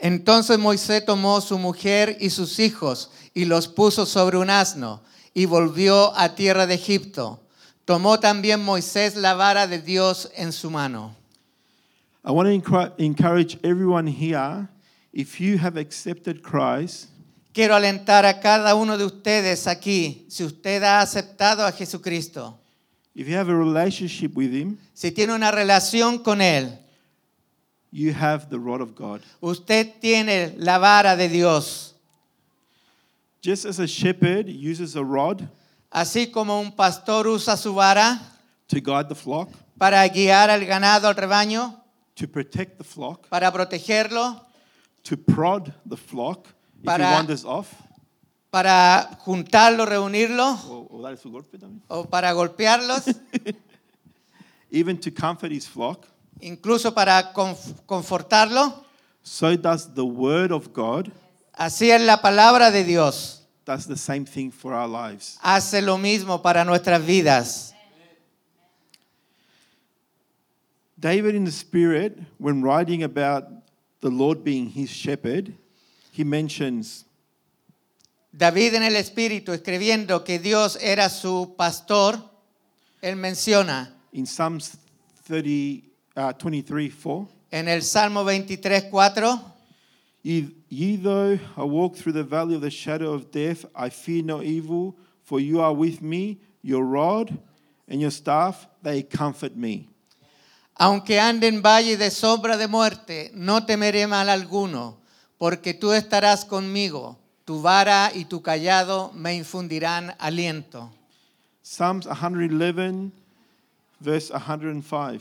Speaker 2: Entonces Moisés tomó su mujer y sus hijos y los puso sobre un asno y volvió a tierra de Egipto. Tomó también Moisés la vara de Dios en su mano.
Speaker 1: I want to encour- encourage everyone here, if you have accepted Christ,
Speaker 2: Quiero alentar a cada uno de ustedes aquí, si usted ha aceptado a Jesucristo,
Speaker 1: if you have a relationship with him,
Speaker 2: si tiene una relación con Él,
Speaker 1: you have the rod of God.
Speaker 2: usted tiene la vara de Dios.
Speaker 1: Just as a shepherd uses a rod
Speaker 2: Así como un pastor usa su vara
Speaker 1: to guide the flock,
Speaker 2: para guiar al ganado, al rebaño,
Speaker 1: to protect the flock,
Speaker 2: para protegerlo,
Speaker 1: to prod the flock if it
Speaker 2: Para-
Speaker 1: wanders off.
Speaker 2: para juntarlo, reunirlo
Speaker 1: or- or that is a good bit, I mean.
Speaker 2: o para golpearlos,
Speaker 1: Even to comfort his flock,
Speaker 2: incluso para conf- confortarlo.
Speaker 1: so does the word of God,
Speaker 2: Así es la palabra de Dios.
Speaker 1: does the same thing for our lives.
Speaker 2: Hace lo mismo para nuestras vidas.
Speaker 1: David in the spirit, when writing about the Lord being his shepherd, he mentions
Speaker 2: David en el Espíritu, escribiendo que Dios era su pastor, él menciona
Speaker 1: in Psalms 30, uh, 23, 4,
Speaker 2: en el Salmo 23, 4,
Speaker 1: Ye, ye though I walk through the valley of the shadow of death, I fear no evil, for you are with me, your rod and your staff, they comfort me.
Speaker 2: aunque ande en valle de sombra de muerte, no temeré mal alguno, porque tú estarás conmigo, tu vara y tu callado me infundirán aliento.
Speaker 1: Psalms 111, verse 105.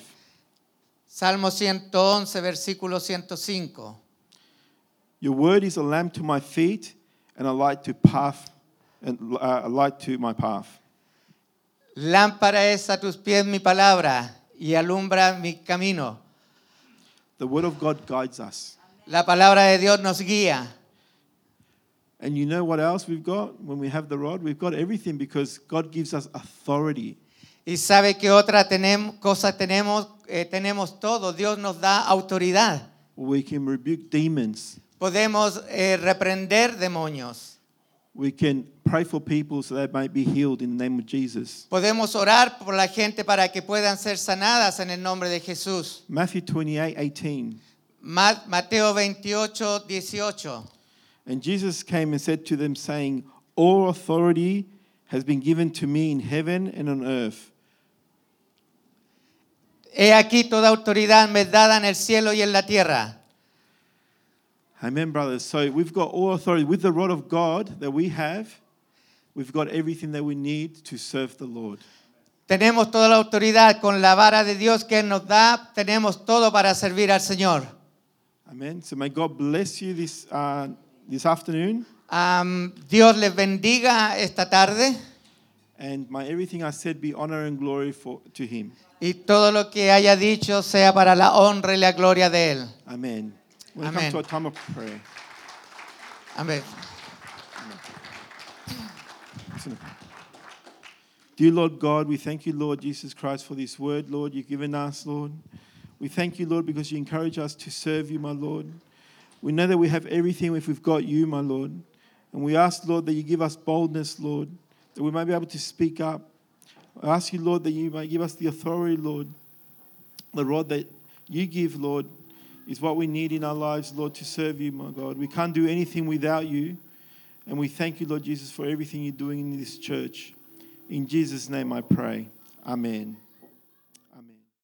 Speaker 2: Salmo 111, versículo 105.
Speaker 1: Your word is a lamp to my feet and a light to path, and uh, a light to my path.
Speaker 2: Lámpara es a tus pies mi palabra y alumbra mi camino.
Speaker 1: The word of God guides us.
Speaker 2: La palabra de Dios nos guía.
Speaker 1: And you know what else we've got when we have the rod? We've got everything because God gives us authority.
Speaker 2: Y sabe que otra tenem- cosa tenemos, eh, tenemos todo. Dios nos da autoridad.
Speaker 1: We can rebuke demons.
Speaker 2: Podemos eh, reprender demonios.
Speaker 1: We can pray for people so they may be healed in the name of Jesus.
Speaker 2: Podemos orar por la gente para que puedan ser sanadas en el nombre de Jesús.
Speaker 1: Matthew 28 18.
Speaker 2: Ma- Mateo 28, 18.
Speaker 1: And Jesus came and said to them, saying, All authority has been given to me in heaven and on earth.
Speaker 2: He aquí toda autoridad me es dada en el cielo y en la tierra.
Speaker 1: Amen, brothers. So we've got all authority with the rod of God that we have. We've got everything that we need to serve the Lord.
Speaker 2: Tenemos toda la autoridad con la vara de Dios que Él nos da. Tenemos todo para servir al Señor.
Speaker 1: Amen. So may God bless you this, uh, this afternoon.
Speaker 2: Am, Dios les bendiga esta tarde.
Speaker 1: and my everything I said be honor and glory for, to him.
Speaker 2: Y todo lo que haya dicho sea para la honra y la gloria de Él.
Speaker 1: Amen. When it
Speaker 2: Amen.
Speaker 1: comes to a time of prayer,
Speaker 2: Amén.
Speaker 1: Listen. Dear Lord God, we thank you, Lord Jesus Christ, for this word, Lord, you've given us, Lord. We thank you, Lord, because you encourage us to serve you, my Lord. We know that we have everything if we've got you, my Lord. And we ask, Lord, that you give us boldness, Lord, that we may be able to speak up. I ask you, Lord, that you may give us the authority, Lord. The rod that you give, Lord, is what we need in our lives, Lord, to serve you, my God. We can't do anything without you. And we thank you, Lord Jesus, for everything you're doing in this church. In Jesus' name I pray. Amen.